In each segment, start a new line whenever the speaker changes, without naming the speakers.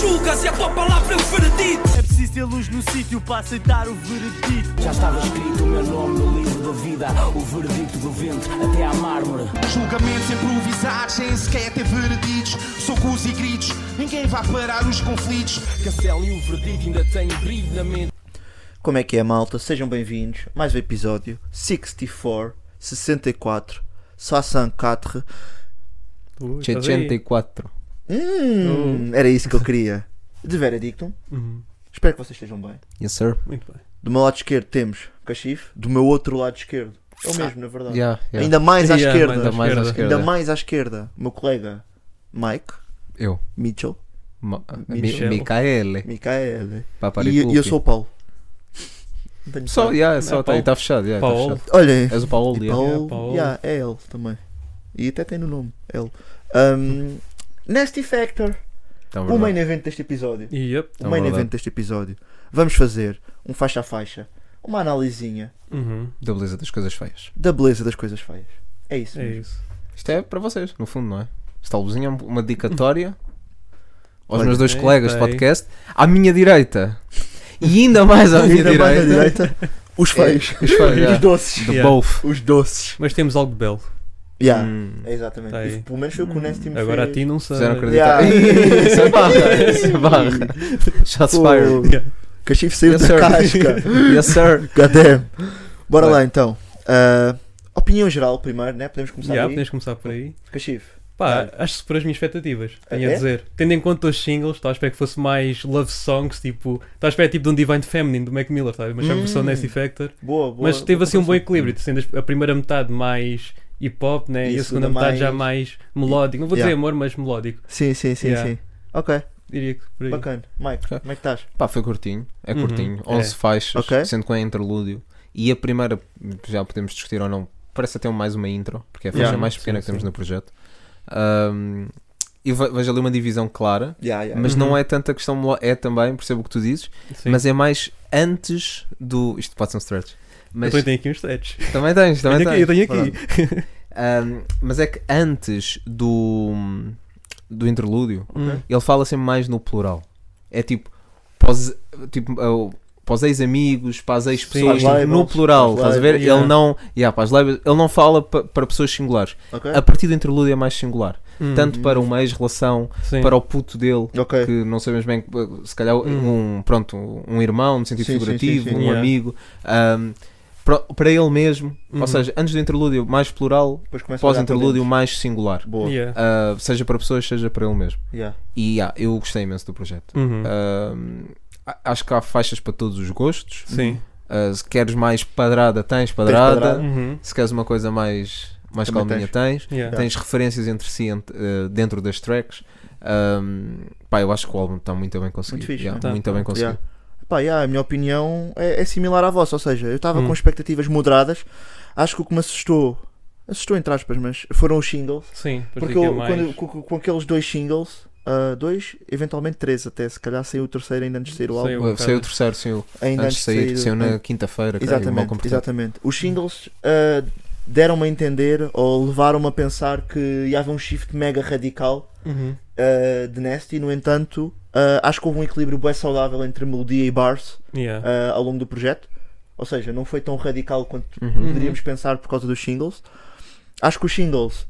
julgas e a tua palavra é o veredito.
É preciso ter luz no sítio para aceitar o veredito.
Já estava escrito o meu nome no livro da vida, o veredito do vento até à mármore.
Julgamentos improvisados, sem sequer ter vereditos. Socos e gritos, ninguém vai parar os conflitos.
Castelo e o veredito ainda têm brilho na mente.
Como é que é, malta? Sejam bem-vindos. Mais um episódio 64, 64, 64.
Ui, estás aí?
84. Oh.
Hum, era isso que eu queria. De veredictum.
Uhum.
Espero que vocês estejam bem.
Yes, sir.
Muito bem.
Do meu lado esquerdo temos Cachif. Do meu outro lado esquerdo. É o mesmo, na verdade.
Yeah, yeah.
Ainda mais à
Yeah,
esquerda.
Ainda mais à esquerda.
Ainda mais à esquerda. O meu colega Mike
Eu.
Mitchell.
Ma- eh, Mi-
Michel.
Micaele.
Micaele. E,
Paparipupi.
e eu sou o Paulo. Tenho
Só,
Paulo.
yeah, só,
Paulo.
está fechado. Yeah, tá
Paulo.
fechado.
Olhem.
És o Paulo,
E
yeah.
Paulo,
É, Paulo.
yeah, é ele também. E até tem no nome, ele. Um, Nasty Factor,
Então,
o main
verdade.
event deste episódio.
E yep.
O
Então,
main
verdade.
event deste episódio. Vamos fazer um faixa a faixa, uma analisinha
Uhum.
Da beleza é das coisas feias.
da beleza das coisas feias. É isso.
É
mesmo.
isso.
Isto é para vocês, no fundo, não é? Esta luzinha é uma dedicatória aos
Olha,
meus dois
bem,
colegas de
bem.
podcast, à minha direita. E ainda mais à minha
Ainda mais à
direita.
direita, os feios.
Os feios,
Os
yeah.
doces.
The
Yeah.
both.
Os doces.
Mas temos algo de belo.
Yeah.
Hum,
é Exatamente.
Tá aí.
E pelo menos foi o que o Nasty me
Agora a
fez.
ti não sei.
Fizeram acreditar.
Yeah.
Isso é barra. Isso é barra. Shots
Pô,
fired.
Cachifo saiu
Yes,
da
sir.
casca.
Yes, sir.
Goddamn. Bora
Vai.
lá então. Ah, opinião geral primeiro, né? Podemos começar
Yeah,
aí.
podemos começar por aí.
Cachifo.
Pá,
Vai.
acho que superou as minhas expectativas, tenho
É?
a dizer. Tendo em conta os singles, estava à espera que fosse mais love songs, tipo. Estava à espera tipo de um Divine Feminine do Mac Miller, sabe? Mas é uma versão
Hum.
Nasty Factor.
Boa, boa.
Mas teve
boa Hum.
assim um bom
comparação.
equilíbrio, sendo as- a primeira metade mais hip hop, né?
E
E,
a
a
segunda
segunda metade já mais melódico. Não vou dizer
Yeah.
amor, mas melódico.
Sim, sim, sim,
Yeah.
sim. Ok,
Diria que por aí.
bacana. Mike,
Ok.
como é que estás?
Pá, foi curtinho. É
Uhum,
curtinho.
é.
11 faixas,
Ok.
sendo que é interlúdio. E a primeira, já podemos discutir ou não, parece até um, mais uma intro, porque é a faixa
Yeah.
mais pequena
Sim,
que temos
sim.
no projeto. Ahm, e ve- vejo ali uma divisão clara,
Yeah, yeah.
mas
Uhum.
não é tanta questão. melo- É também, percebo o que tu dizes,
Sim.
mas é mais antes do. Isto pode ser um stretch. Mas
Eu tenho aqui uns sets.
também tens, também
eu tenho aqui. Eu
tens.
tenho aqui.
Ahm, mas é que antes do, do interlúdio,
Hum.
ele fala sempre mais no plural. É tipo, pós, tipo ah, para os ex-amigos, para as ex-pessoas,
Para as
tipo, no
labels,
plural,
para as
estás a ver?
labels, yeah.
Ele não, yeah, para as labels, ele não fala pa- para pessoas singulares.
Ok,
A partir do interlúdio é mais singular,
Hum.
tanto para uma ex-relação,
Sim.
para o puto dele,
ok.
que não sabemos bem, se calhar um, pronto, um irmão, no sentido
Sim, sim,
figurativo,
sim, sim.
um
Hum. Yeah.
amigo, ahm, para, para ele mesmo,
Uhum.
ou seja, antes do interlúdio mais plural,
Depois começa a olhar para
pós-interlúdio um mais singular,
dentro. Boa.
Yeah.
Ah, seja para pessoas, seja para ele mesmo.
Yeah.
E ah, eu gostei imenso do projeto.
Uhum.
Ah.
Ahm, a- acho que há faixas para todos os gostos.
Sim.
Ah, se queres mais padrada, tens padrada.
padrada.
Uhum.
Se queres uma coisa mais, mais
Também
calminha, tens.
Yeah.
Tens referências entre si ent- eh, dentro das tracks. Ahm, pá, eu acho que o álbum está muito bem conseguido.
Muito fixe,
Yeah,
não
tá?
muito bem conseguido.
Yeah. Pá, yeah, a minha opinião é, é similar à vossa, ou seja, eu estava
Hum.
com expectativas moderadas. Acho que o que me assustou, assustou entre aspas, mas foram os singles.
Sim, depois
Porque
digo que é
eu-
mais-
quando- com, com- com aqueles dois singles, ah, dois, eventualmente três até, se calhar saiu o terceiro ainda antes de sair o álbum.
Saiu.
Uh,
Yeah.
Saiu o terceiro, saiu
Ainda
antes de sair, saiu
ah,
na quinta-feira. creio, mal
Exatamente,
comportado.
exatamente. Os singles ah, deram-me a entender ou levaram-me a pensar que ia haver um shift mega radical
Uhum.
ah, de Nasty. No entanto, ah, acho que houve um equilíbrio bem saudável entre melodia e bars
Yeah.
ah, ao longo do projeto. Ou seja, não foi tão radical quanto
Uhum.
poderíamos pensar por causa dos singles. Acho que os singles,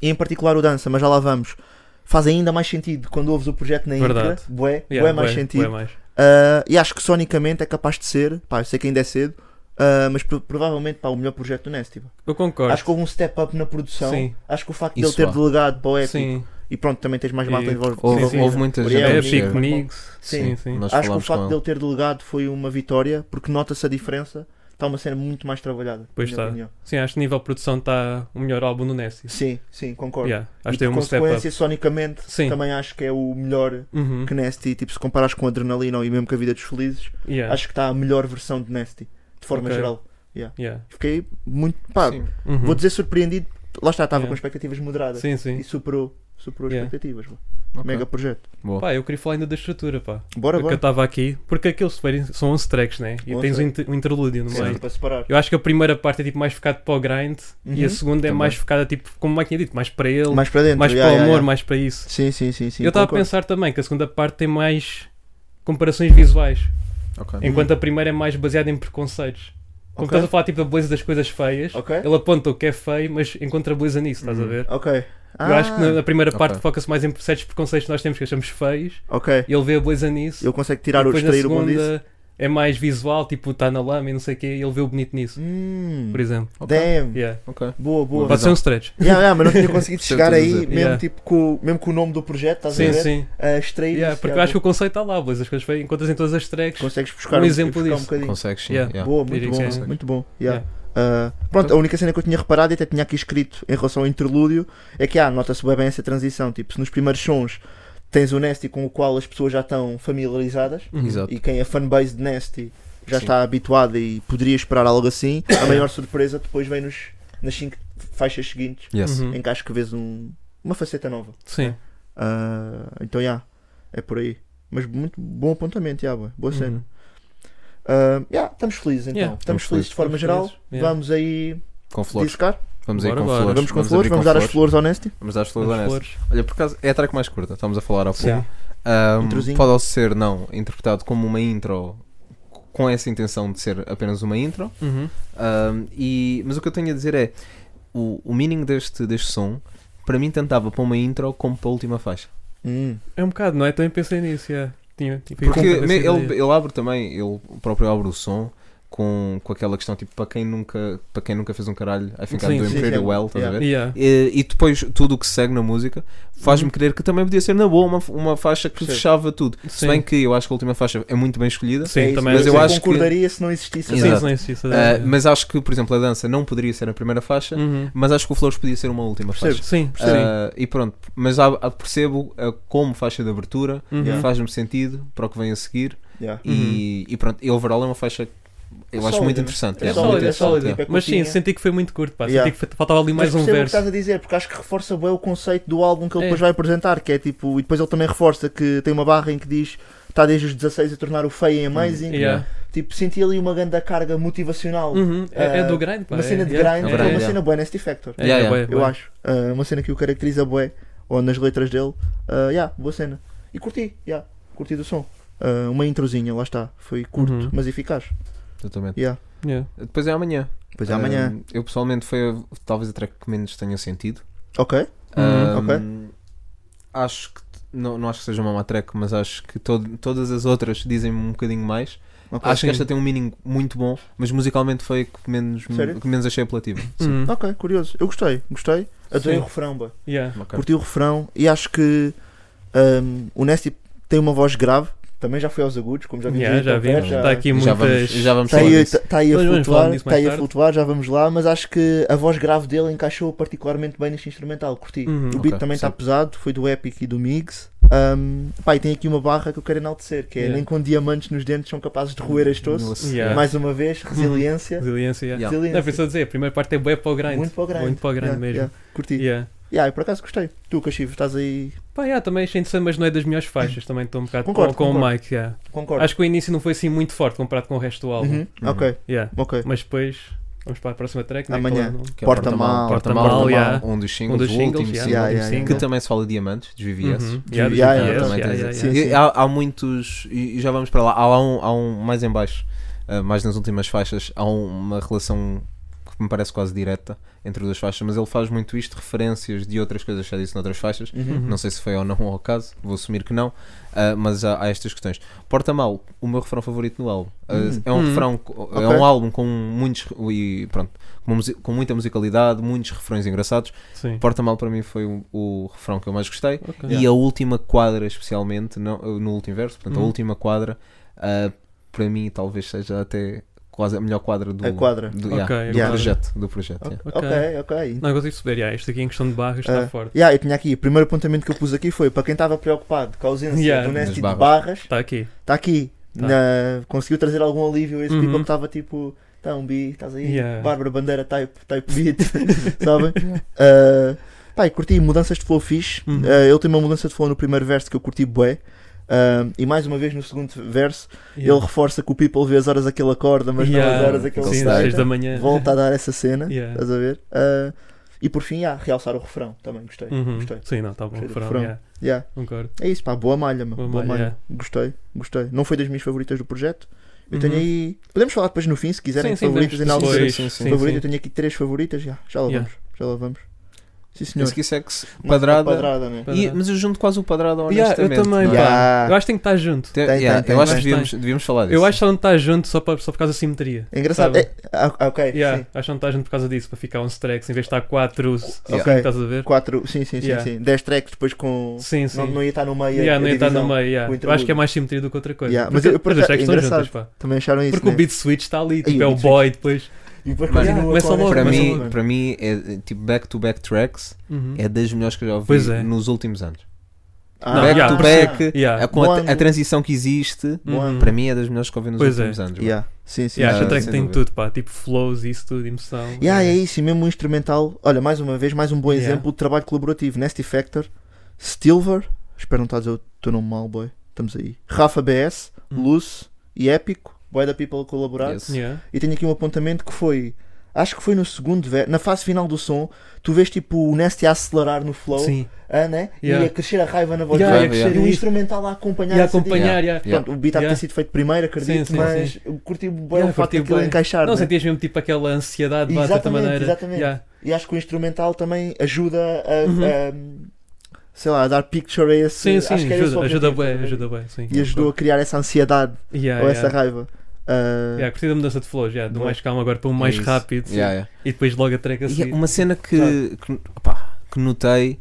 e em particular o Dança, mas já lá vamos, fazem ainda mais sentido quando ouves o projeto na íntegra.
Verdade.
Bué,
Yeah,
bué mais
bué,
sentido.
bué mais.
Uh, e acho que sonicamente é capaz de ser, pá, eu sei que ainda é cedo, uh, mas pro- provavelmente pá, o melhor projeto do Nasty. pá.
Eu concordo.
Acho que houve um step up na produção.
Sim.
Acho que o facto
Isso
de ele ter
há.
delegado para o Epic
Sim.
e pronto, também tens mais malta
E-
envolvida.
Houve,
Sim, sim.
houve muita gente.
Yeah,
a
é,
Epic,
mexer.
Mix.
Sim.
Sim, sim.
Nós
Acho que o
falámos
facto
com
de
ele.
ele ter delegado foi uma vitória, porque nota-se a diferença. Está uma cena muito mais trabalhada. na
Pois
minha
está.
opinião.
Sim, acho que nível de produção está o melhor álbum do Nessie.
Sim, sim, concordo.
Yeah,
E
acho que
por
tem um step
consequência,
up.
sonicamente,
Sim.
também acho que é o melhor
Uhum.
que Nasty. Tipo, se comparas com Adrenalina ou e mesmo com a Vida dos Felizes,
Yeah.
acho que está a melhor versão de Nasty, de forma
Ok.
geral.
Yeah.
Fiquei muito. Pá,
Sim.
Uhum.
vou dizer surpreendido, lá está, estava
Yeah.
com expectativas moderadas
Sim, sim.
e superou superou as
Yeah.
expectativas. pá.
Ok.
Mega projeto.
Boa.
Pá, eu queria falar ainda da estrutura, pá.
Bora,
que eu
bora.
estava aqui. Porque aqueles forem- são 11 tracks, né? E
11
tens um inter- um interlúdio no meio.
Sim, para separar.
Eu acho que a primeira parte é tipo mais focada para o grind e
Uhum.
a segunda é
Também.
mais focada, tipo, como o Mike tinha dito, mais para ele, mais,
Mais para dentro.
para
yeah,
o amor,
yeah, yeah.
mais para isso.
Sim, sim, sim. sim
eu estava a
concordo.
pensar também que a segunda parte tem mais comparações visuais,
Ok.
enquanto a primeira é mais baseada em preconceitos.
Uhum.
Como
Ok.
estás a falar tipo da beleza das coisas feias,
Ok. Uhum.
ele aponta o que é feio, mas encontra beleza nisso, estás a ver?
Ok. Ah.
Eu acho que na, na primeira
ok.
parte foca-se mais em certos preconceitos que nós temos que achamos feios,
Ok.
e ele vê a beleza nisso.
Ele consegue tirar ou
depois na
extrair o bom disso.
segunda é mais visual, tipo, está na lama e não sei o quê, e ele vê o bonito nisso,
Hum.
por exemplo.
Ok.
Damn.
Yeah.
Ok.
Boa, boa.
Pode ser um stretch.
Yeah, yeah, mas não tinha conseguido
Percebo
chegar
o que
aí,
estás a
mesmo,
dizer. Yeah.
tipo, com, mesmo com o nome do projeto, estás a
Sim,
ver?
sim.
A extrair
Yeah,
Tá É isso,
porque
yeah,
eu acho que
boa.
o conceito está lá, Blaze. As coisas foi- encontras em todas as tracks.
consegues buscar
um exemplo
buscar
disso.
bocadinho.
Consegues sim.
Yeah.
yeah.
Boa, muito
Diria
bom,
que
sim.
muito bom. yeah. Ah, pronto, a única cena que eu tinha reparado e até tinha aqui escrito em relação ao interlúdio é que ah, nota-se bem essa transição. Tipo, se nos primeiros sons tens o Nasty com o qual as pessoas já estão familiarizadas
Uhum.
Uhum.
Exato.
e quem é fanbase de Nasty já
Sim.
está habituada e poderia esperar algo assim, a maior surpresa depois vem nos, nas 5 faixas seguintes
Yes.
Uhum.
em que acho que vês um- uma faceta nova.
Sim.
Ah, então, já, é por aí. Mas muito bom apontamento, já, boa cena.
Uhum.
Ah, já, estamos felizes então.
Yeah.
Estamos
estamos felizes de forma
felizes.
geral.
Estamos felizes, yeah.
Vamos aí
Com flores.
discar.
Vamos aí
Bora,
com
bora.
flores.
Vamos com
Vamos
flores,
abrir com
vamos dar as flores ao Nasty.
Vamos dar as flores
As
honestas.
flores.
Olha, por acaso é a track mais curta, estamos a falar há pouco.
Sim.
Ahm,
Introzinho.
pode ser, não, interpretado como uma intro com essa intenção de ser apenas uma intro.
Uhum.
Ahm, e, mas o que eu tenho a dizer é: o, o meaning deste, deste som, para mim, tentava para uma intro como para a última faixa.
Hum,
É um bocado, não é? Também pensei nisso. Yeah. Tinha, tinha
Porque
essa
me-
ideia.
ele, ele abre também, ele próprio abre o som. Com, com aquela questão tipo para quem nunca para quem nunca fez um caralho I think
Sim,
I'm doing
sim,
pretty
sim.
well estás a
Yeah.
ver?
Yeah.
E, e depois tudo o que segue na música faz-me crer que também podia ser na boa uma, uma faixa que
Percebo.
fechava tudo. Se
Uhum. Sim.
bem que eu acho que a última faixa é muito bem escolhida,
Sim,
é isso,
também
mas eu acho que-
concordaria se não existisse.
Exato.
Sim, sim, sim, sim,
uh,
yeah.
mas acho que, por exemplo, a dança não poderia ser a primeira faixa,
Uhum.
mas acho que o Flores podia ser uma última
Percebo.
faixa.
Sim, sim.
Uh, e pronto, mas há- há- percebo uh, como faixa de abertura,
Uhum.
yeah.
faz-me sentido para o que vem a seguir
Yeah.
e, e pronto, e overall é uma faixa que eu
É
acho
sólida,
muito
né?
interessante.
É
yeah,
sólida,
muito
é
interessante,
sólida.
yeah.
é
Mas sim,
curtinha.
senti que foi muito curto, pá.
Yeah.
Senti que fa- faltava ali mais
Mas
um
percebo o que
verso.
estás a dizer, porque acho que reforça bem o conceito do álbum que ele
É.
depois vai apresentar, que é tipo, e depois ele também reforça que tem uma barra em que diz está desde os 16 a tornar o feio em amazing.
Yeah.
Tipo, senti ali uma grande carga motivacional.
Uhum. É, é
Uh,
do grind, pá.
Uma
é,
cena de
yeah.
grind,
É
é uma
verdade,
cena boa nesse Factor.
É,
Yeah,
é,
yeah.
bué,
Eu
bué.
acho. Ah, uma cena que o caracteriza bué, ou nas letras dele. Ah, yeah, boa cena. E curti, yeah, curti do som. Ah, uma introzinha, lá está. Foi curto,
Uhum.
mas eficaz.
é, Totalmente.
Yeah.
Yeah.
Depois é amanhã.
Pois
Ah,
é,
hum.
amanhã.
Um, eu pessoalmente foi a- talvez a track que menos tenha sentido.
Ok. Uhum,
Um, Acho que não, não acho que seja uma má track, mas acho que todo- todas as outras dizem-me um bocadinho mais.
Ok.
acho
sim.
que esta tem um meaning muito bom, mas musicalmente foi a que menos,
Sério? Hum.
que menos achei apelativa.
Uhum.
Ok, curioso. Eu gostei, gostei. Adorei o
Sim.
refrão, boy.
Yeah.
Ok.
Curti o refrão e acho que ahm, o Nasty tem uma voz grave. Também já foi aos agudos, como já vimos
Yeah,
aí,
já
então,
vimos.
já-
Está aqui
já
muitas.
vamos, já vamos
Está
falar
aí,
disso.
tá aí a
Mas vamos falar
flutuar,
disso
tá
mais
aí a
tarde.
flutuar, já vamos lá, mas acho que a voz grave dele encaixou particularmente bem neste instrumental, curti.
Uhum.
o beat
Ok,
também está
sim.
pesado, foi do Epic e do Migs. Um, pá, e tem aqui uma barra que eu quero enaltecer, que é
Yeah.
nem com diamantes nos dentes são capazes de roer as tosse.
Nossa.
Yeah.
Mais uma vez, resiliência.
Resiliência. yeah.
Uhum. Yeah.
resiliência.
Não, foi só dizer, a primeira parte é bué para o grind.
Muito para o grande.
Muito para o grind
Yeah,
mesmo.
yeah, Curti. Yeah.
Yeah.
eu por acaso gostei. Tu, Cachivo, estás aí.
Pá, yeah, também achei interessante, mas não é das melhores faixas. Também estou um bocado
Concordo,
com, com o
concordo.
Mike. yeah.
Concordo.
Acho que o início não foi assim muito forte comparado com o resto do álbum.
Uhum, Ok,
Yeah.
ok.
Mas depois vamos para a próxima track. né?
Amanhã.
Qual é o nome?
Que é
Porta
Porta
Mal.
Mal, Porta
Porta Mal,
Mal,
yeah.
um dos
Um
singles,
dos
o último
singles,
single,
yeah,
yeah, do último
yeah,
single.
que também se fala de diamantes, dos VVS.
Uhum.
Yeah,
dos
yeah,
BTS,
também
yeah,
tens
yeah,
esse.
Sim,
yeah.
E
sim.
Há, há muitos, e já vamos para lá, há, lá um, há um mais em baixo, ah, mais nas últimas faixas, há um- uma relação que me parece quase direta entre as duas faixas, mas ele faz muito isto, referências de outras coisas, já disse noutras faixas,
Uhum.
Uhum.
não sei se foi ou não ao caso, vou assumir que não, ah, mas há, há estas questões. Porta Mal, o meu refrão favorito no álbum, Ah, é um
Uhum.
refrão, co- é
Ok.
um álbum com muitos, e pronto, com, musi- com muita musicalidade, muitos refrões engraçados,
Sim.
Porta Mal para mim foi o, o refrão que eu mais gostei
Ok.
e a última quadra, especialmente não, no último verso, portanto, a
Hum.
última quadra ah, para mim talvez seja até quase a melhor quadra do,
A quadra.
do,
Ok,
yeah,
a
do
quadra.
projeto. Do projeto yeah.
Ok.
Ok, ok.
Não, eu consigo perceber. Yeah, isto aqui em questão de barras está
Ah,
forte.
Yeah, eu tinha aqui, o primeiro apontamento que eu pus aqui foi para quem estava preocupado com a ausência
Yeah.
do Nasty
Das
de
barras.
barras,
Está aqui.
está aqui.
Tá.
Na- Conseguiu trazer algum alívio a esse
Uhum.
people que estava tipo, então Bi, estás aí,
Yeah.
Bárbara Bandeira type, type beat, sabem? Ah, Pá, e curti mudanças de flow fixe.
Uhum.
Eh, ele tem uma mudança de flow no primeiro verso que eu curti bué. Ah, e mais uma vez no segundo verso, ele
Yeah.
reforça que o people vê as horas que ele acorda, mas não as
Yeah.
horas que ele
Sim,
se
às
sai.
seis
deita.
da manhã.
Volta a dar essa cena,
Yeah.
estás a ver? Ah, e por fim, ah, realçar o refrão, também gostei.
Uhum.
gostei.
Sim, não, tá bom.
Gostei do
Refrão,
refrão.
yeah,
Yeah.
concordo.
É isso, pá, boa malha, mano.
Boa
Boa,
malha,
malha.
yeah.
Gostei, gostei. Não foi das minhas favoritas do projeto. Eu tenho
Uhum.
aí. Podemos falar depois no fim, se quiserem,
Sim, sim,
favoritas e na
podemos
altura.
depois.
Sim, sim,
Sim,
Favorito,
sim.
eu tenho aqui três favoritas, já, já lá
Yeah.
vamos. Já lá vamos. Sim, senhor.
Esse que é que se-
Mas
Padrada.
Padrada, né?
E- mas eu junto quase o Padrada,
Yeah,
honestamente.
eu também,
não é?
pá.
Yeah.
Eu acho que tem que estar junto.
Te-
Tem,
yeah,
tem,
eu
tem,
acho que
tem.
devíamos, devíamos falar disso.
Eu acho que ela não está junto só, para, só por causa da simetria.
É engraçado.
Sabe?
É, ah, ah, ok,
Yeah,
sim.
acho que não está junto por causa disso, para ficar 11 tracks em vez de estar 4, 5,
Ok.
estás a ver?
Quatro, sim, sim, sim,
Yeah.
sim. Dez tracks depois com.
Sim, sim.
Não, não ia estar no meio. a-
Yeah, não
a
ia estar no
divisão.
meio.
o
yeah. Eu acho que é
interlúdio.
mais simetria do que outra coisa.
Yeah, mas
Porque-
eu- por
as
acaso-
tracks
é
estão juntas,
engraçado.
pá.
Também acharam isso.
Porque o
né?
beat switch está ali,
Aí,
tipo,
o
é o
beat
boy, depois.
E depois
Mano,
continua
começa
com a-
logo,
para,
Mas
mim,
eu-
para mim, é, é, tipo back-to-back tracks
Uhum.
é das melhores que eu já ouvi
Pois é.
nos últimos anos.
Ah,
Não,
back
yeah.
to back,
Yeah.
a, com a-
Bom.
a transição que existe,
É Bom
Uhum.
para mim é das melhores que eu ouvi nos
Pois
últimos
é.
anos. mano.
Yeah, Sim, sim.
Yeah, acho que
Ah,
a track
sem
tem
dúvida.
tudo, pá, tipo flows, isso tudo, emoção.
Yeah, é isso, e mesmo o instrumental. Olha, mais uma vez, mais um bom
Yeah.
exemplo de trabalho colaborativo. Nasty Factor, Stilver, espero não estar a dizer o teu nome mal, boy. Estamos aí. Rafa BS,
Hum.
Luz e Épico, Boy da People a colaborar.
Yes.
Yeah.
E tenho aqui um apontamento que foi. Acho que foi no segundo verso, na fase final do som, tu vês tipo o Nasty a acelerar no flow
Sim.
ah, né?
Yeah.
e a crescer a raiva na voz
Yeah,
dele.
yeah,
e o
yeah.
instrumental a acompanhar
E a
essa dica.
acompanhar, yeah.
Yeah.
Pronto, o beat há de
Yeah.
ter sido feito primeiro, acredito,
Sim, sim,
mas
sim.
eu curti bem
Yeah,
o facto
curti
daquilo
bué.
encaixar.
Não
né?
sentias mesmo tipo aquela ansiedade, pá, de certa
Exatamente,
maneira.
exatamente.
Yeah.
E acho que o instrumental também ajuda a, a- sei lá, a dar picture a esse.
Uhum. Sim, sim,
acho que era esse o
ajuda, ajuda
objetivo,
bem,
estás a ver?
ajuda bem, sim.
E ajudou a criar essa ansiedade
Yeah,
ou essa
yeah.
raiva. Ah,
Yeah, curti da mudança de flows, yeah, do
Boa.
mais calmo agora para um mais
É isso.
rápido sim.
Yeah, yeah.
e depois logo a track a
é
E é
um
seguir.
uma cena que, que, opá, que notei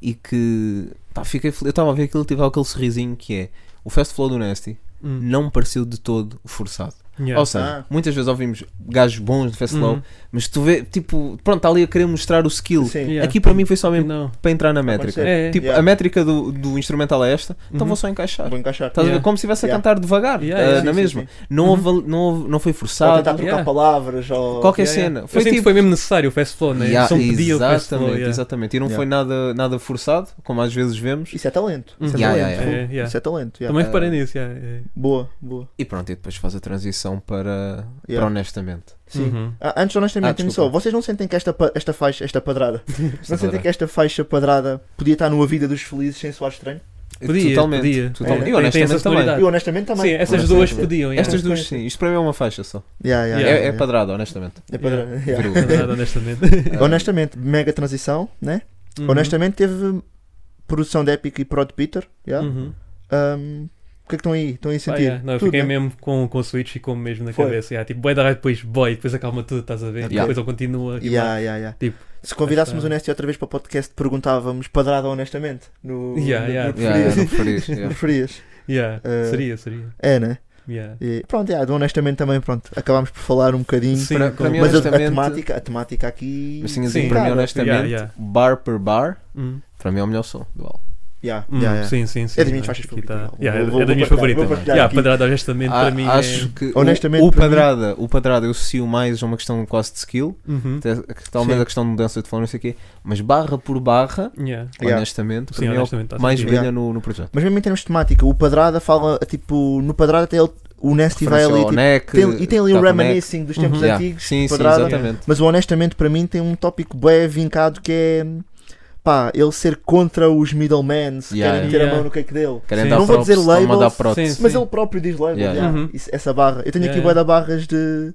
e que pá, fiquei fel- Eu estava a ver aquilo, tive aquele sorrisinho que é o Fast Flow do Nasty
Hum.
não me pareceu de todo forçado.
Yeah.
Ou seja,
Ah.
muitas vezes ouvimos gajos bons de Fast Flow,
Uhum.
mas tu vê, tipo, pronto, está ali a querer mostrar o skill.
sim.
Yeah.
Aqui para mim foi só mesmo
Não.
para entrar na métrica.
Aparecer.
É, é.
Tipo,
Yeah.
a métrica do, do instrumental é esta, então
Uhum.
vou só encaixar.
Vou encaixar.
Estás a ver?
Yeah.
Como se estivesse a
Yeah.
cantar devagar,
Yeah,
eh,
yeah.
Tá, na
Uhum.
Sim, sim,
mesma.
sim.
Não, houve, não, houve- não foi
Ou
forçado,
tentar trocar
Tá, Yeah.
palavras ou.
qualquer
Yeah,
cena.
yeah.
Foi
eu sinto
tipo,
que foi mesmo necessário o fast flow, né?
Yeah,
Só me pedia o fast flow.
exatamente,
yeah.
exatamente. E não
Yeah.
foi nada, nada forçado, como às vezes vemos.
Isso é talento. Isso é
Yeah,
talento.
yeah,
yeah.
full.
É, yeah.
Isso é talento. yeah.
Também reparei nisso, yeah, é.
Boa, boa.
E pronto, e depois faz a transição para, para
Yeah.
honestamente.
Sim.
Uhum.
Ah, Antes, honestamente,
Ah,
tenho
desculpa.
só. Vocês não sentem que esta, pa- esta faixa, esta padrada, não sentem
padrada.
que esta faixa padrada podia estar no A Vida dos Felizes sem soar estranho?
Podia,
totalmente.
podia.
totalmente.
É,
E
tem- tem
honestamente
essa
também.
sonoridade.
Eu, honestamente, também.
Ah, Sim, essas
Honestamente.
duas podiam. Yeah.
Estas duas sim, isto para mim é uma faixa só.
Yeah, yeah,
Yeah.
é, é
yeah.
padrada, honestamente.
É padrada. yeah.
Vírgula.
Nada, honestamente.
Ah,
Honestamente, mega transição, né?
Uhum.
Honestamente, teve produção de Epic e Prod Peter. yeah.
Uhum.
Um, o que é que estão aí? Estão aí a
Ah,
sentir?
yeah. Não, eu
Tudo,
fiquei
né?
mesmo com, com o switch e com mesmo na
Foi.
cabeça. Yeah. Tipo, boy da raio, depois boy, depois acalma tudo, estás a ver?
Yeah.
Depois ele continua. e
Yeah, yeah, yeah.
Tipo,
Se convidássemos
esta-
o Nesti outra vez para o podcast, perguntávamos padrada honestamente. No,
Yeah,
no-
yeah.
no
yeah,
preferias.
não preferias,
No
yeah.
preferias.
Yeah.
Eh,
Seria, seria.
É, né?
Yeah.
E, pronto, yeah, do honestamente também, pronto. Acabámos por falar um bocadinho.
Sim,
para-
com-
para mim,
Mas a- a,
honestamente-
temática, a temática aqui.
Mas sim, assim,
Sim.
para mim,
Cara,
honestamente,
yeah, yeah.
bar por bar,
Hum.
para mim é o melhor som do álbum.
Yeah,
Hum,
yeah, yeah.
Sim, sim, sim.
É das minhas faixas
Aqui tá-
favoritas.
Yeah, é-
Vou- vou
é das
partilhar,
minhas
vou
favoritas.
partilhar
Yeah,
aqui.
Padrada, honestamente, para
Ah,
mim
acho
é.
que o-
Honestamente,
o,
para mim-
padrada, o padrada eu associo mais a uma questão quase de skill,
Uhum.
até- talvez
Sim.
a questão de mudança de flow, não sei o quê, mas barra por barra,
Yeah.
Yeah.
honestamente, para
Sim,
mim é o
honestamente, tá
que mais
sentido.
brilha no, no projeto.
Mas mesmo em termos de temática, o Padrada fala, tipo, no Padrada até ele, o Nasty vai ali,
Referência ao
tipo,
neck,
tem- e tem ali
tá
um
com neck.
reminiscing dos tempos
Uhum.
Yeah.
antigos,
Sim, sim,
Padrada,
exatamente.
mas o honestamente para mim tem um tópico bem vincado que é, pá, ele ser contra os middlemans que
Yeah,
querem meter
yeah.
a mão no cake dele.
Querem
Sim.
dar
Não
vou dizer
props, estão a mandar
labels,
props.
sim,
Mas ele próprio diz label,
Yeah,
yeah,
yeah.
isso- essa barra. Eu tenho
Uhum. Yeah,
aqui bué da barras de...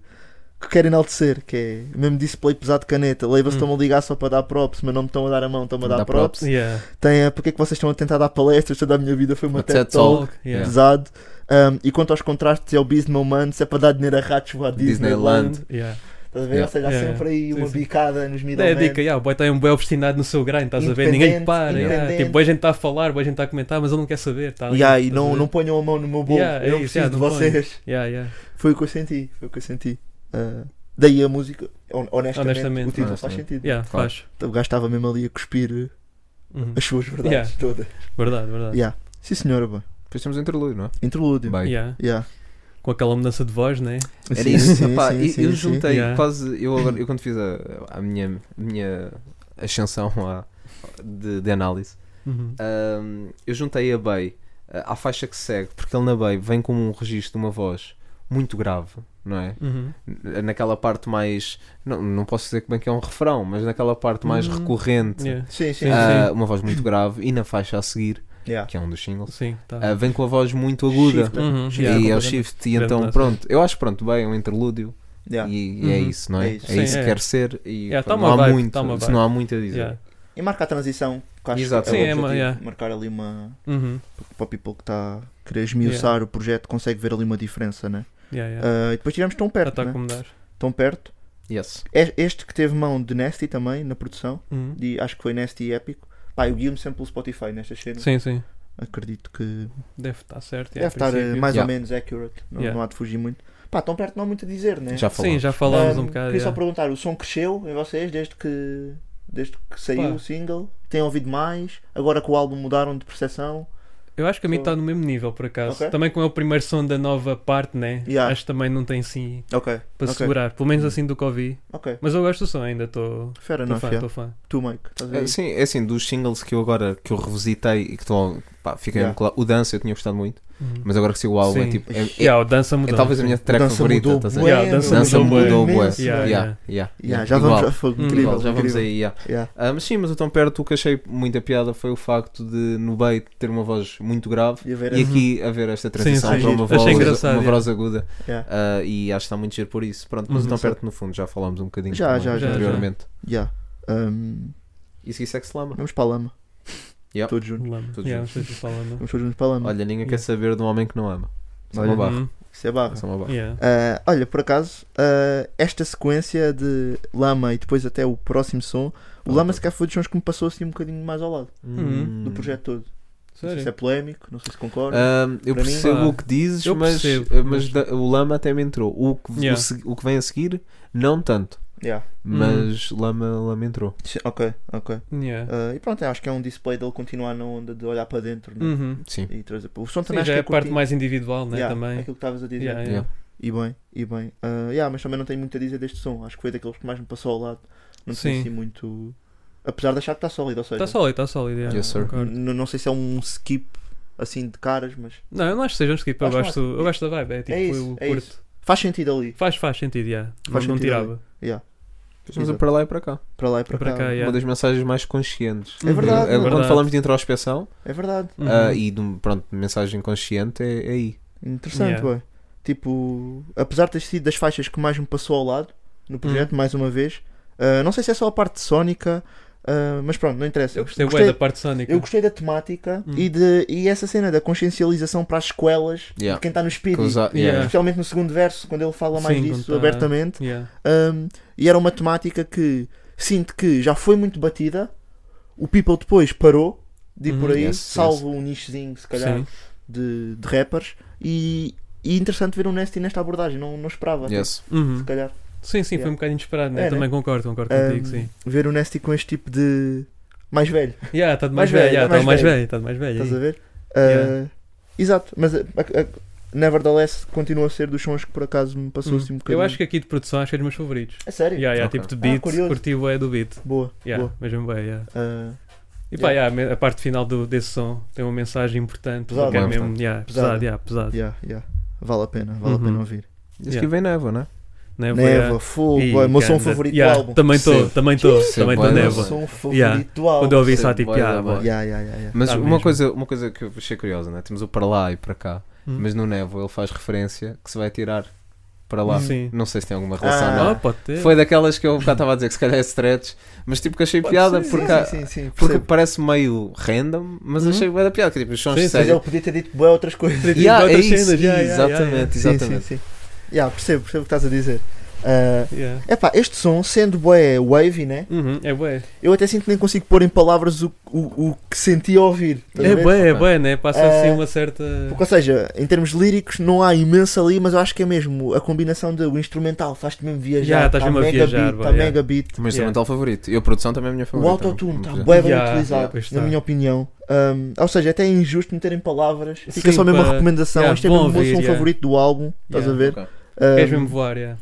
que querem enaltecer, que é mesmo display pesado de caneta, labels
Hum.
estão-me a ligar só para dar props, mas não me estão a dar a mão, estão-me a
Dá
dar props.
Yeah.
Tem a porque é que vocês estão a tentar dar palestras, toda a minha vida foi uma
Uma
TED
TED
Talk
Talk,
É.
yeah.
pesado. Um, e quanto aos contrastes, é o Businessman, se é para dar dinheiro a ratos, vou à Disneyland.
Disneyland.
Yeah.
Estás a ver?
Yeah.
Ou seja, há
Yeah,
sempre aí
yeah.
uma
Sim, sim.
bicada nos
É a
middlemen.
dica, yeah, o boy está um bem obstinado no seu grind, estás a ver? Ninguém lhe
Independente,
para. Yeah.
independente.
Tipo, boa gente está a falar, boa gente está a comentar, mas ele não quer saber. Tá ali,
Yeah, e
estás a
não,
ver?
não ponham a mão no meu bolo,
Yeah,
eu não
é isso,
preciso
yeah,
de
não
vocês.
Yeah, yeah.
Foi o que eu senti, foi o que eu senti. Uh, daí a música, hon- honestamente,
Honestamente,
o título faz
honestamente.
sentido.
Yeah,
Claro.
faz.
O gajo estava mesmo ali a cuspir uh,
Uhum.
as suas verdades
Yeah.
todas.
Verdade, verdade.
Yeah. Sim senhora, bem.
Depois temos o interlúdio, não é?
Interlúdio.
Bem.
Yeah.
Yeah.
Com aquela mudança de voz, né?
Era
Sim,
isso,
sim,
pá,
sim,
eu,
sim,
eu
sim.
juntei
Yeah.
quase. Eu, agora, eu quando fiz a, a minha, minha ascensão à, de, de análise.
Uhum.
Ahm, eu juntei a Bay ah, à faixa que segue, porque ele na Bay vem com um registro de uma voz muito grave, não é?
Uhum.
N- Naquela parte mais. Não, não posso dizer como é que é um refrão, mas naquela parte mais
Uhum.
recorrente,
Yeah.
Sim, sim.
ah, uma voz muito grave, e na faixa a seguir,
Yeah.
que é um dos singles,
Sim, tá.
ah, vem com a voz muito aguda.
Shift,
Uhum,
shift,
yeah.
E é o
completamente.
shift, e
Grande
então
mudança.
pronto, eu acho pronto, bem, é um interlúdio
Yeah.
e, e é
Uhum.
isso, não é?
É
É
isso.
isso,
Sim,
que
é.
quer ser e
Yeah,
pronto,
tá uma
não há
vibe,
muito,
tá uma
isso
vibe.
não há muito a dizer.
Yeah.
E marca a transição, que acho
Exato.
que
Sim,
é
é
o
uma-
objetivo,
yeah.
marcar ali uma.
Uhum.
Para o people que está a querer esmiuçar o projeto, consegue ver ali uma diferença, né?
Yeah, yeah.
Ah, e depois tivemos tão
Já tá
perto,
está a
né?
acomodar.
Tão perto.
Yes.
É- Este que teve mão de Nasty também na produção,
Uhum.
de, acho que foi Nasty e Épico. Pá, o Guilherme sempre o Spotify nestas cenas.
Sim, sim.
Acredito que
Deve estar certo.
deve
yeah, é
estar eh,
princípio.
mais ou
Yeah.
menos accurate. Não,
Yeah.
não há de fugir muito. Pá, tão perto não há muito a dizer, né?
Já falou.
Sim, já falámos
Ah,
um bocado.
Queria só
yeah.
perguntar, o som cresceu em vocês desde que, desde que saiu
Pá.
o single? Têm ouvido mais? Agora que o álbum mudaram de percepção?
Eu acho que a mim
Só-
está no mesmo nível, por acaso.
Ok.
Também como é o primeiro som da nova parte, né?
Yeah.
Acho que também não tem assim sim
Ok.
para
Ok. Hum.
segurar. Pelo menos assim do que ouvi.
Ok.
Mas eu gosto do som ainda, estou
Fair
estou
enough,
fã,
yeah.
estou fã.
Tu, Mike. estás a
É,
ver?
Sim, é assim, dos singles que eu agora que eu revisitei e que estão. Pá, fiquei
Yeah.
muito claro. O Dança eu tinha gostado muito,
Uhum.
mas agora que saiu o álbum é
Sim.
tipo. É, é-
Yeah, o dança
é
mudou.
talvez a minha track
Dança
favorita.
mudou
estás a
bué,
ver?
Yeah, dança
Dança mudou, bué.
imenso,
Yeah,
Yeah, yeah.
yeah, yeah.
Yeah, já
Igual.
vamos, foi
Hum,
incrível,
Igual, já vamos
incrível.
aí, yeah.
Yeah.
Ah, mas sim, mas eu tão perto, o que achei muita piada foi o facto de no Bay ter uma voz muito grave
E a ver
e
essa-
aqui haver esta transição
sim,
para
giro.
uma
Achei
voz,
engraçado,
uma
yeah.
voz aguda
Yeah.
ah, e acho que está muito giro por isso. Pronto, mas
Uhum.
o tão perto no fundo já falámos um bocadinho
Já,
também
já,
já, já.
anteriormente.
Yeah. Um,
E se isso é que se lama.
vamos para a lama.
Yeah.
Todos juntos.
Lama.
Tudo
Yeah,
junto.
não sei se fala, não.
Vamos todos juntos para a lama.
Olha, ninguém
Yeah.
quer saber de um homem que não ama. Só
Olha.
uma barra.
Uhum.
Isso é barra.
Só uma barra.
Yeah.
Ah, olha, por acaso, ah, esta sequência de Lama e depois até o próximo som, o Lama se calhar foi dos sons que me passou assim um bocadinho mais ao lado
Uhum.
Hum.
do projeto todo. Não sei se é
Sério?
polémico, não sei se concordo.
Ahm, eu
Para mim,
percebo
pá,
o que dizes,
eu
mas, eh,
percebo,
mas
mas-
da- o lama até me entrou. O que, o
Yeah. Uhum.
se- o, que vem a seguir, não tanto.
Yeah.
Mas lama, lama entrou.
Sim, Ok, ok.
Yeah.
Ah, e pronto, acho que é um display dele continuar na onda de olhar para dentro né?
Uhum.
Sim.
e trazer. O som também
Sim,
acho
já
que
é a
eu
parte
curti.
mais individual, né?
Yeah, É
Também.
Aquilo que estavas a dizer.
Yeah, yeah.
Yeah.
E bem, e bem. Ah, yeah, mas também não tenho muito a dizer deste som. Acho que foi daqueles que mais me passou ao lado. Não
Sim.
sei se é muito. Apesar de achar que está sólido, ou seja,
Está Tá sólido, está sólido. yeah.
Yes, sir.
Concordo.
n- não sei se é um skip assim de caras, mas
Não, eu não acho que seja um skip, eu
Acho que
gosto,
não.
eu gosto da vibe, é tipo,
isso,
eu
é
curto.
faz sentido ali.
Faz, faz sentido, yeah.
Faz
não,
sentido
não tirava.
Mas
Exato.
para lá e para cá.
Para lá e para,
Para
cá.
cá, yeah.
Uma das mensagens mais conscientes.
É verdade,
É,
mano.
Quando
Verdade.
falamos de introspecção
É verdade.
Uhum.
ah, e de um- pronto, de mensagem consciente, é, é aí.
Interessante,
Yeah.
ué. Tipo, apesar de ter sido das faixas que mais me passou ao lado no projeto,
Hum.
mais uma vez, ah, não sei se é só a parte sónica, ah, mas pronto, não interessa.
Eu gostei,
Gostei-
bué da parte sónica.
Eu gostei da temática
Hum.
e, de, e essa cena da consciencialização para as escolas
Yeah.
de quem está no speed.
Causa- yeah.
Especialmente no segundo verso, quando ele fala mais
Sim,
disso
quando tá-
abertamente.
Yeah.
Um, e era uma temática que sinto que já foi muito batida. O People depois parou de ir
Uhum.
por aí,
Yes,
salvo um nichozinho, se calhar,
Sim.
de, de rappers. E, e interessante ver o Nasty nesta abordagem, não, não esperava. tipo,
Yes.
Uhum.
se calhar.
Sim, sim, foi
Yeah.
um bocado inesperado, né?
É, né?
Também concordo, concordo
Um,
contigo, sim.
ver o Nasty com este tipo de. mais velho,
Yeah, está de
mais
mais, velho,
velho, tá
yeah,
mais
está de mais
velho.
velho, está de mais velho. Hum.
estás a
aí.
ver?
Yeah.
Uh, exato, mas a, a, a, nevertheless continua a ser dos sons que por acaso me passou
Hum.
assim um bocadinho.
Eu acho que aqui de produção acho que é dos meus favoritos.
É sério?
Yeah, yeah,
Ok.
Tipo de
Ah,
beat,
curioso.
curti o é do beat.
Boa,
Yeah,
boa.
mesmo bem, yeah.
Uh,
E pá, yeah, a parte final do, desse som tem uma mensagem importante.
Pesado.
que é
Bem
mesmo,
importante.
yeah,
Pesado.
pesado, yeah, pesado.
yeah, yeah. Vale a pena, vale a pena
Uhum.
ouvir.
Esse
Yeah. Tá
aqui vem Neva, né?
Neva,
Neva,
yeah.
fogo,
E
é o meu som
é ganda-
favorito
yeah,
do álbum.
Também estou,
Percebo.
também estou,
Sim, boa
também estou
é o meu
Neva.
Neva.
som favorito
Yeah.
do álbum.
Quando eu ouvi isso, há
Percebo,
tipo,
boa
yeah,
Neva.
boa.
Yeah, yeah, yeah, yeah.
Mas
Tá
uma
mesmo.
coisa, uma coisa que eu achei curiosa, né? Temos o para lá e para cá,
Hum.
mas no Nevo ele faz referência que se vai tirar para lá.
Sim.
Não sei se tem alguma relação.
Ah.
não.
Ah, pode ter.
Foi daquelas que eu já estava a dizer que se calhar é stretch, mas tipo que achei piada
Sim,
porque,
sim, sim, sim,
porque
percebo.
parece meio random, mas
Uhum.
achei bué da piada, que tipo, os sons
Sim,
de
sim,
Mas
sério.
ele podia ter dito boas outras coisas.
Ter dito
Yeah, é
outras
isso,
cenas, yeah, yeah, yeah,
exatamente,
yeah.
exatamente.
Sim, sim, sim. Yeah, percebo, percebo o que estás a dizer. Ah,
Yeah.
epá, este som, sendo bué wavy, né?
Uhum, é bué.
Eu até sinto que nem consigo pôr em palavras o, o, o que senti a ouvir. estás a
É
ver?
bué, é bué, né? Passa
Eh,
assim uma certa.
Porque, ou seja, em termos líricos não há imenso ali, mas eu acho que é mesmo a combinação do instrumental faz-te mesmo
Yeah,
viajar.
estás
tá
mesmo a
mega
viajar,
beat,
bué,
tá
yeah.
mega beat.
O meu instrumental favorito. E a produção também é a minha
O
favorita.
autotune tá está
não-
bem bem
Yeah, yeah,
utilizado,
pois
na
tá.
minha opinião. Um, ou seja, até é injusto meterem palavras. Fica
Sim,
só mesmo a
pá.
recomendação.
Yeah,
este é
bom
mesmo o meu
ouvir,
som
yeah.
favorito do álbum. Estás
Yeah.
a ver?
Ok.
Ah,
Queres mesmo voar, yeah.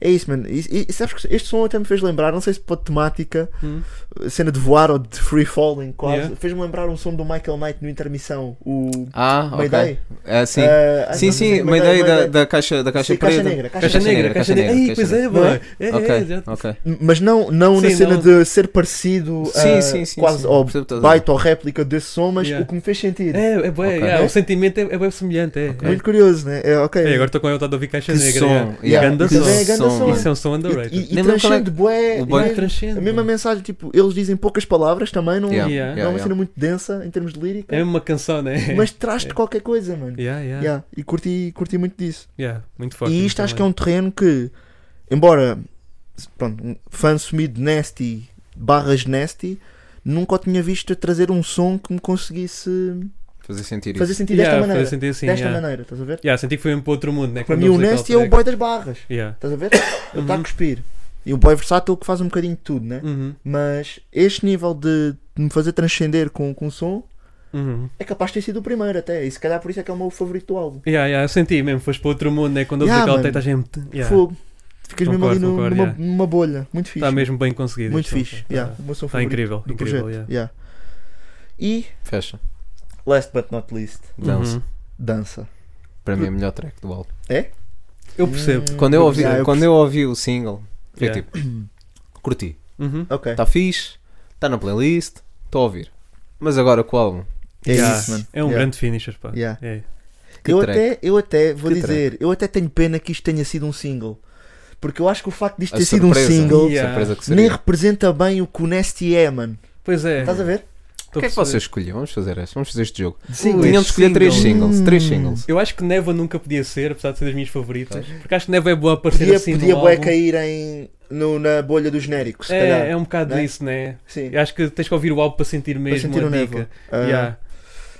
É isso, mano. E, e- e sabes que este som até me fez lembrar, não sei se pela temática,
Hum.
a cena de voar ou de free falling, quase.
Yeah.
Fez-me lembrar um som do Michael Knight no Intermissão, o
Ah, ok.
Mayday.
É, sim.
Ah,
sim,
não sei se
sim,
é
uma
Mayday,
ideia da,
Mayday.
da caixa, da caixa
Sim,
preta.
negra, caixa,
Caixa
negra.
negra, caixa negra. Ei, pois é,
Não é?
boy. É,
Ok,
é, já-
ok.
Mas não, não na
Sim,
cena
não.
de ser parecido
Sim,
ah,
sim, sim,
quase
sim.
ao
Percebo o que estás a
baita ou réplica desse som, mas
Yeah.
o que me fez sentir.
É, é bué,
Ok.
yeah,
Não é?
o sentimento é, é bué semelhante, é.
Muito curioso, né? É, ok.
é. É, agora estou com a vontade de ouvir
Que
Caixa Negra.
som.
yeah.
yeah.
Ganda
Que
som.
É, ganda som.
Isso é um som
E,
underrated.
e, e
Lembra-me qual é-
transcende bué,
o
e
bué-
mesmo-
transcende.
a mesma mensagem, tipo, eles dizem poucas palavras também, não,
Yeah,
Yeah.
yeah,
não é uma
yeah.
cena muito densa em termos de lírica,
É mesmo uma canção, né?
mas traz-te qualquer coisa, mano.
Yeah, yeah, yeah.
Yeah, e curti, curti muito disso.
Muito forte.
e isto acho que é um terreno que, embora pronto, um fã sumido de Nasty barras Nasty, nunca o tinha visto a trazer um som que me conseguisse
Fazer sentir isso.
fazer é um sentido
yeah,
desta
fazer
maneira.
sentido assim,
desta
yeah.
maneira, estás a ver?
Yeah, senti que foi um para outro mundo, né?
Para
quando
mim,
eu
o
ouvi aquele
Nasty é o
track.
boy das barras,
Yeah.
estás a ver? Ele está a
Uhum.
cuspir. E o boy versátil que faz um bocadinho de tudo, né?
Uhum.
Mas este nível de de me fazer transcender com com o som
Uhum.
é capaz de ter sido o primeiro, até. E se calhar por isso é que é o meu favorito do álbum.
Yeah, yeah, eu senti mesmo, foste para outro mundo, né? Quando eu ouvi
Yeah,
aquela
mano.
teta, a gente. Yeah.
Fogo. Ficas mesmo
Concordo,
ali no-
concordo,
numa,
yeah. Tá,
numa bolha. Muito fixe.
Está mesmo bem conseguido.
Muito
este som,
fixe.
tá.
yeah. O meu som
Está
favorito
incrível,
do
incrível.
projeto,
yeah.
yeah. E,
Fecha.
last but not least,
Dança.
Uhum.
dança.
Para mim é o melhor track do álbum.
Eu percebo.
Quando eu ouvi,
Yeah, eu
quando eu ouvi o single, foi
Yeah.
tipo, curti.
Uhum.
Ok.
Está fixe, está na playlist, estou a ouvir. Mas agora com o álbum?
É
Yeah.
isso, mano.
É um
Yeah.
grande finisher, pá.
Yeah.
É.
Que
eu,
track?
até, eu até, vou
Que
dizer, eu até tenho pena que isto tenha sido um single. Porque eu acho que o facto disto ter
A
sido um
surpresa.
single
Yeah.
A surpresa que
nem
seria.
representa bem o que o Nasty é, mano.
Pois é.
Estás a ver?
O que é que vocês escolhiam? Vamos fazer este, vamos fazer este jogo.
Ui,
Tinham de escolher três
single.
singles, três
Hum.
singles.
Eu acho que Neva nunca podia ser, apesar de ser das minhas favoritas. Porque acho que Neva é boa a aparecer
Podia,
assim
podia
no
bué
álbum.
cair em, no- na bolha do genérico, se calhar.
É, é um bocado
né?
disso, né?
Sim.
Eu acho que tens que ouvir o álbum para sentir
Para
mesmo
sentir o
a
nevo.
dica.
Ah,
Yeah.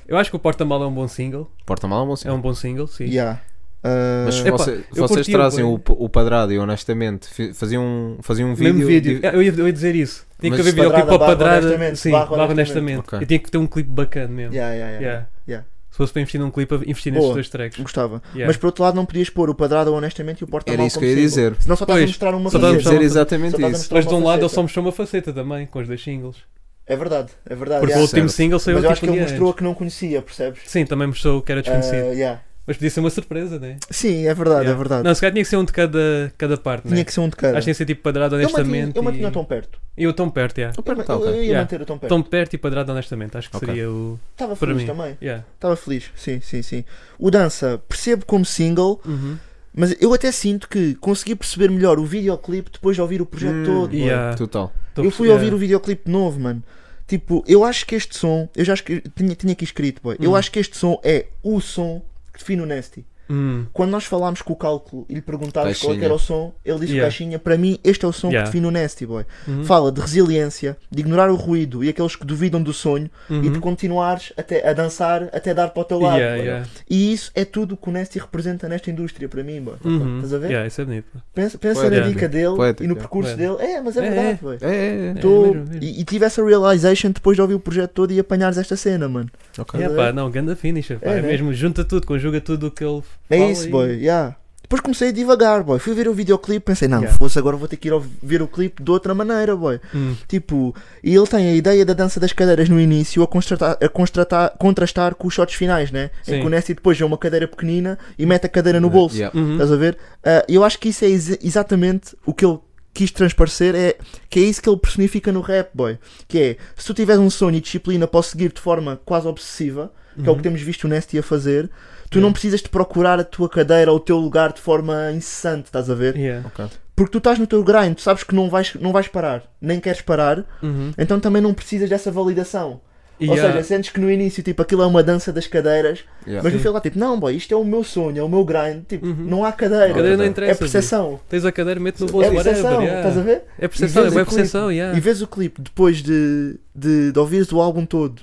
Eu acho que o Porta Mal é um bom single.
Porta mal ou sim.
É um bom single, sim.
yeah. Ah,
Mas
Epá,
vocês,
eu
vocês
curti o
trazem o,
banho.
o padrado e honestamente fi- faziam um, faziam um vídeo.
Mesmo vídeo.
de-
É, tá
Ah, Eu, ia, eu ia dizer isso. Tinha
Mas
que haver videoclipe para
Padrada, barra
padrada.
honestamente,
Sim,
barra
barra
honestamente.
honestamente.
Ok.
E tinha que ter um clipe bacana mesmo.
yeah, yeah, yeah.
Yeah.
Yeah.
Se fosse para investir num clipe, investir
Boa.
nestes dois tracks.
Gostava.
Yeah.
Mas por outro lado, não podias pôr o Padrada honestamente e o Porta
Era
Mal
isso que
como
eu ia
single.
dizer.
Senão só estás a
Pois,
mostrar uma
só
Eu ia
estás a
faceta.
mostrar
dizer
uma-
exatamente
só tá estás
isso.
Mas de um
uma
lado ele
faceta.
só mostrou uma faceta também, com os dois singles.
É verdade, é verdade.
Porque
yeah.
o último
Certo.
single saiu
Mas eu
tipo
acho que ele
um dia
mostrou a
antes.
que não conhecia, percebes?
Sim, também mostrou que era desconhecido.
Ah, yeah.
Mas podia ser uma surpresa, né?
Sim, é verdade,
Yeah.
é verdade.
Não, se calhar tinha que ser um de cada, cada parte, né?
Tinha que ser um de cada.
Acho que tinha que ser tipo padrado
eu mantinha,
honestamente.
eu mantinha
e...
o tão perto.
e o tão perto, yeah.
O
Eu,
Porta Mal,
eu- eu
ok.
ia
Yeah.
manter o tão perto.
Tão perto e padrado honestamente. Acho que
Ok.
seria o.
Estava
para
feliz
mim.
também.
Yeah.
Estava feliz, sim, sim, sim. O Dança, percebo como single,
Uhum.
mas eu até sinto que consegui perceber melhor o videoclipe depois de ouvir o projeto
Hum,
todo. mano.
Yeah.
Total.
Tô
eu
a
fui
perceber.
ouvir o videoclipe novo, mano. Tipo, eu acho que este som, eu já escre- tinha, tinha aqui escrito, boy. Eu
Hum.
acho que este som é o som que define o Nasty.
Hum.
Quando nós falámos com o cálculo e lhe perguntámos qual é que
Caixinha.
era o som, ele disse
Yeah.
caixinha. Para mim, este é o som
Yeah.
que define o Nasty Boy.
Uhum.
Fala de resiliência, de ignorar o ruído e aqueles que duvidam do sonho e de continuares até, a dançar até dar para o teu lado.
Uhum. Yeah,
boy.
yeah.
E isso é tudo que o Nasty representa nesta indústria, para mim. Boy.
Uhum.
Estás a ver?
Yeah, isso é bonito.
Pensa, pensa
Poético.
na dica dele
Poético,
e no
yeah.
percurso
Poético.
dele. É, mas é
É,
verdade,
é.
boy.
É, é, é.
É,
Tô-
mesmo, mesmo.
E, e tive essa realization depois de ouvir o projeto todo e apanhares esta cena, mano.
Ok.
Yeah, pá, não, ganda finisher. Pá.
É,
É
né?
mesmo, junta tudo, conjuga tudo o que ele.
É
fala
isso,
e-
boy, yeah. Depois comecei a divagar, boy. Fui ver o videoclipe, pensei, não,
Yeah.
fosse agora vou ter que ir ao- ver o clipe de outra maneira, boy.
Hum.
Tipo, e ele tem a ideia da dança das cadeiras no início a, constratar, a constratar- contrastar com os shots finais, né? Em
Sim.
que o Nessie depois vê uma cadeira pequenina e mete a cadeira no bolso.
Yeah.
Uhum.
Estás a ver? Ah, eu acho que isso é exa- exatamente o que ele quis transparecer, é que é isso que ele personifica no rap, boy. Que é, se tu tiveres um sonho e disciplina para o seguir de forma quase obsessiva, que é o que temos visto o Nasty a fazer, tu não precisas de procurar a tua cadeira ou o teu lugar de forma incessante, estás a ver?
Yeah.
Porque tu estás no teu grind, tu sabes que não vais, não vais parar, nem queres parar,
Uhum.
então também não precisas dessa validação. Ou
Yeah.
seja, sentes que no início, tipo, aquilo é uma dança das cadeiras,
Yeah.
mas no
Sim.
final, tipo, não, boy, isto é o meu sonho, é o meu grind, tipo,
Uhum.
não há cadeira.
A cadeira não
É
interessa.
percepção.
Tens a cadeira, mete no
É
bolso,
percepção,
whatever.
estás a
Yeah.
ver?
É
E
percepção, é
vês
boa
o clipe.
percepção, yeah.
E vês o clipe depois de, de, de ouvires o álbum todo,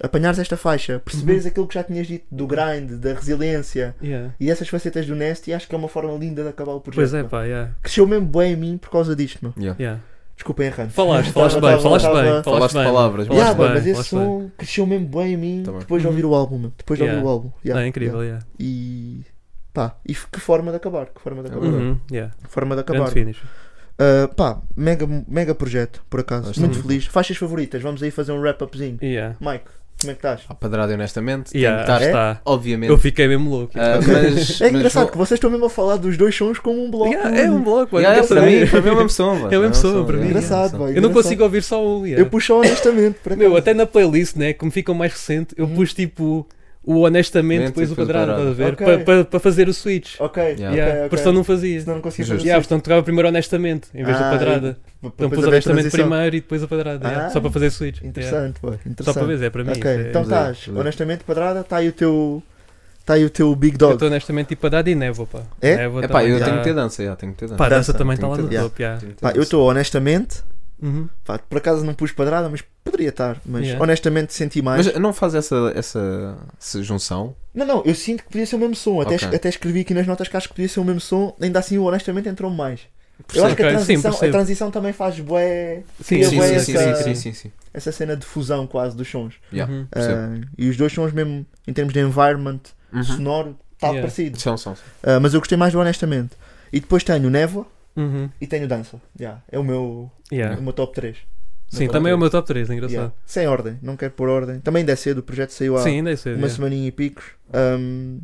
apanhares esta faixa, perceberes
Uhum.
aquilo que já tinhas dito do grind, da resiliência
Yeah.
e essas facetas do Nest, e acho que é uma forma linda de acabar o projeto.
Pois é,
meu.
pá, yeah.
Cresceu mesmo bem em mim por causa disto, meu.
Yeah.
Yeah.
Desculpem errando.
Falaste, falaste
Tava-
bem,
tava-
falaste
tava-
bem.
Falaste
bem.
palavras,
Falaste
Yeah,
bem,
boy, mas esse
falaste bem.
som cresceu mesmo bem em mim
Tá bem.
depois de ouvir o álbum, meu. Depois de
Yeah.
ouvir o álbum.
Não,
Yeah.
é incrível, yeah.
E Pá, e f- que forma de acabar, que forma de acabar.
Uhum, yeah.
Que forma de
Grande
acabar.
finish.
Uh, pá, mega, mega projeto, por acaso.
Gosto
Muito
muito.
feliz. Faixas favoritas, vamos aí fazer um wrap-upzinho.
Yeah.
Mike, como é que estás?
À padrada, honestamente. tem
Yeah,
que estar,
É?
está.
Obviamente.
Eu fiquei mesmo louco.
Ah, mas,
é
mas
engraçado
vou-
que vocês estão mesmo a falar dos dois sons como um bloco.
Yeah, é um bloco, mano,
Yeah,
não
é, para
quero
mim,
saber.
para mim é uma pessoa. mano.
É a mesma pessoa,
pessoa, é
para mim.
a mesma
Engraçado,
pessoa.
vai,
Eu não
engraçado.
consigo ouvir só um. yeah.
Eu puxo honestamente, por
Meu,
acaso.
até na playlist, né? Como ficam mais recente, eu pus tipo o honestamente,
Mente,
depois o
Uhum. depois o
quadrado,
quadrado.
estás a ver?
Ok.
Para fazer o switch.
Ok,
Yeah.
ok,
Yeah,
ok.
Porque senão não fazia.
Senão não conseguia
Justo.
fazer
Yeah,
isso.
portanto, tocava primeiro honestamente, em vez
Ah,
da quadrada.
P-
Então
depois
pus
haver
honestamente
transição.
primeiro e depois a quadrada. yeah,
Ah.
Só para fazer switch. yeah.
Interessante, pô,
Só para
interessante.
ver, é para mim.
Ok,
isso é-
então
Vamos aí,
estás,
vamos aí.
honestamente quadrada, está aí o teu. Está aí o teu Big
Eu
Dog.
estou honestamente tipo a dar de névoa, pá.
É?
Névoa
É pá,
também
eu
tá-
tenho que ter dança, já, tenho que ter dança.
Pá, a dança
Dança,
também está
tenho
lá
que
no
ter
dança.
top, yeah.
Tenho que ter
Pá, eu
dança.
estou honestamente.
Uhum.
pá, por acaso não pus quadrada, mas poderia estar. Mas
Yeah.
honestamente senti mais.
Mas não faz essa, essa, essa junção?
Não, não, eu sinto que podia ser o mesmo som. Até,
Ok.
até escrevi aqui nas notas que acho que podia ser o mesmo som. Ainda assim, o honestamente entrou mais. Eu
Percebo.
acho que a
Ok, sim,
transição, a
percebo.
transição também faz bué
Sim,
Eu
sim,
vou
sim,
a
sim,
essa-
sim, sim.
sim, sim.
essa cena de fusão quase dos sons.
Yeah,
Uhum.
percebo.
Ah, e os dois sons mesmo, em termos de environment
Uhum.
sonoro, está
Yeah.
parecido.
São, são.
Ah, mas eu gostei mais do honestamente. E depois tenho névoa
Uhum.
e tenho dança. Yeah, é o meu,
Yeah.
o meu top 3.
Sim, também é o meu top 3,
Yeah.
engraçado.
Sem ordem, não quero pôr ordem. Também ainda é cedo, o projeto saiu há
Sim, ainda é cedo.
uma semaninha e picos. Ahm,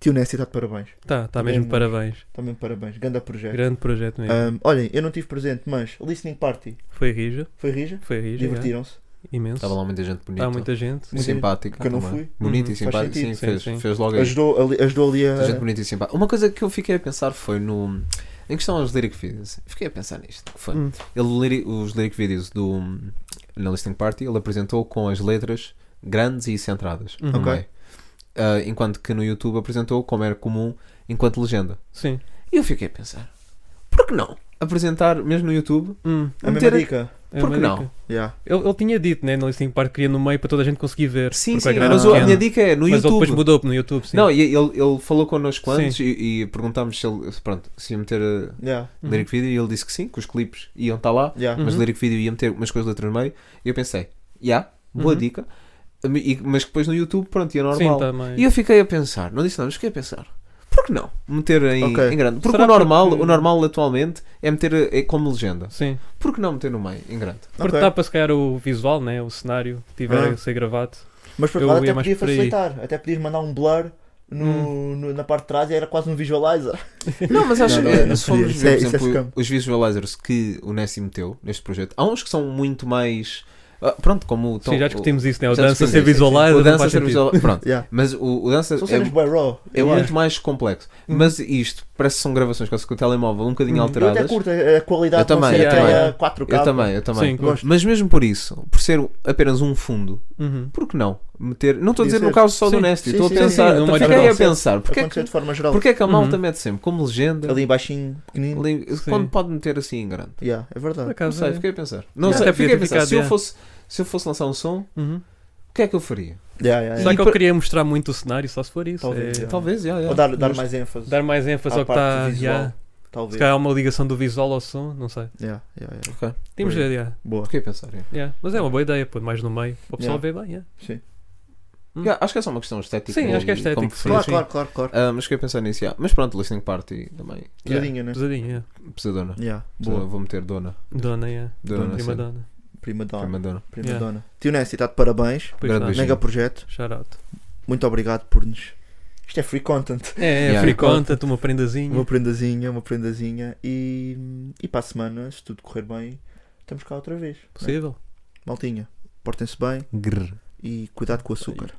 tio Nessi está de parabéns.
Está,
Também
está Tá, mesmo
é
de parabéns.
Também parabéns, ganda
é.
projeto.
Grande projeto mesmo.
Ahm, olhem, eu não tive presente, mas Listening Party
Foi rija,
foi rija,
foi rija. yeah.
divertiram-se.
Imenso.
Estava Ah. lá muita gente bonita.
Há muita gente.
Muita
simpática.
gente que eu não
também.
fui.
Bonita
Uhum.
e
Faz
simpática. Sim,
sentido.
Sim,
fez,
sim.
fez logo aí.
Ajudou ali, ajudou ali
Muita gente
a.
bonita e simpática. Uma coisa que eu fiquei a pensar foi no. Em questão aos lyric videos, fiquei a pensar nisto. Que foi?
Hum.
Ele, lyri- os lyric videos do. Na Listening Party, ele apresentou com as letras grandes e centradas.
Uhum.
também.
Ok.
Ah, enquanto que no YouTube apresentou como era comum enquanto legenda.
Sim.
E eu fiquei a pensar: por que não? Apresentar, mesmo no YouTube,
Hum,
A mesma
meter-
dica.
é
Por
uma
que não?
dica.
Yeah.
Ele, ele tinha dito, né? No Listening Park queria no meio para toda a gente conseguir ver.
Sim,
porque
sim,
a grade
mas
é
a minha
pequena.
dica é no
Mas ele
YouTube.
depois mudou no YouTube, sim.
Não, e ele, ele falou connosco
Sim.
antes e, e perguntámos se ele pronto, se ia meter uh,
Yeah.
Uhum.
lyric video e ele disse que sim, que os clipes iam estar lá,
Yeah.
mas
Uhum.
lyric video ia meter umas coisas letras no meio. E eu pensei, yeah, boa
Uhum.
dica, E- mas que depois no YouTube, pronto, ia
Sim,
é normal.
está mais.
e eu fiquei a pensar, não disse nada, mas fiquei a pensar. Por que não? Meter em,
Ok.
em grande. Porque o
Será
normal,
porque-
o normal atualmente é meter uh, é como legenda.
Sim.
Por que não meter no meio, em grande?
Porque
Ok.
está para se calhar o visual, né? O cenário que tiver
Ah.
a ser gravado.
Mas por
Eu
outro lado
ia
até
mais
podia
por aí. Hum.
facilitar, até podias mandar um blur no, no- na parte de trás e era quase um visualizer.
Não, mas acho
Não, não,
que
não
se formos
seria.
ver,
Isso é-
por
isso é
exemplo,
scam.
os visualizers que o Nessie meteu neste projeto, há uns que são muito mais. ah, pronto, como o. Tom-
sim, já discutimos isso, né? O
já
dança
discutimos
ser tipo-
isso, sim,
visualizado.
O
não
dança
faz
ser
sentido.
visual. Pronto.
Yeah.
Mas o, o dança
São
é,
cenas bué raw.
é
eu
muito
acho.
mais complexo. Mas isto parece que são gravações quase com o telemóvel um bocadinho
Uhum. Eu
Eu até
alteradas.
curto é a a qualidade
Eu
de não
também,
ser
eu
aquela
também.
4K.
Eu também, eu também.
Sim, gosto.
Mas mesmo por isso, por ser apenas um fundo,
Uhum.
por que não? Meter. Não estou a dizer
Podia
no
ser.
caso só do
Sim,
Nessie,
sim,
estou a
sim,
pensar.
sim, numa
Fiquei
geral.
a pensar, porque é
Aconteceu
que.
de forma geral.
Porque é que a malta
Uhum.
mete sempre como legenda?
Ali baixinho, pequenino.
ali-
Sim.
quando pode meter assim em grande?
Yeah, é
Por
verdade.
Não
acaso.
sei,
é.
fiquei a pensar. Não
Yeah.
sei,
Até
fiquei
podia
a
ter
pensar.
ficado,
Se eu,
yeah.
fosse, se eu fosse lançar um som,
Uhum.
o que é que eu faria?
Yeah, yeah,
Será
yeah.
que
por-
eu queria mostrar muito o cenário, só se for isso.
É. Talvez,
é-
yeah.
Talvez, já, já.
Ou dar, dar
Mas-
mais ênfase.
Dar mais ênfase
à
ao que
parte
está.
visual. é.
yeah. Se
Talvez.
calhar há uma ligação do visual ao som, não sei.
Yeah, yeah, yeah.
Ok,
Temos de
Pois. é.
yeah.
Boa.
fiquei a pensar. yeah.
yeah. Mas é uma boa ideia, pô, mais no meio. Para o pessoal
Yeah.
ver bem, é. yeah. Hum.
Yeah, acho que é só uma questão estética.
Sim, acho que é
e como
estético, sim.
preferir.
Claro, claro, claro, claro.
Ah, mas fiquei a pensar nisso, já. Mas pronto, Listening Party também.
Pesadinha, né?
Pesadinho, yeah.
Pesadona.
Yeah.
Boa.
Boa.
Vou meter Dona.
Dona, yeah.
Dona,
Prima
sim.
dona.
Prima
Prima dona.
Dona.
Prima
Yeah.
dona. Tio Nessie, está de parabéns.
Pois
Grande
tá.
beijinho.
Mega projeto.
Shout out.
Muito obrigado por nos. Isto é free content.
É, é
Yeah.
free content, uma prendazinha.
Uma prendazinha, uma prendazinha e, e para a semana, se tudo correr bem, estamos cá outra vez. né?
Possível.
Maltinha, portem-se bem
Grr.
e cuidado com o açúcar.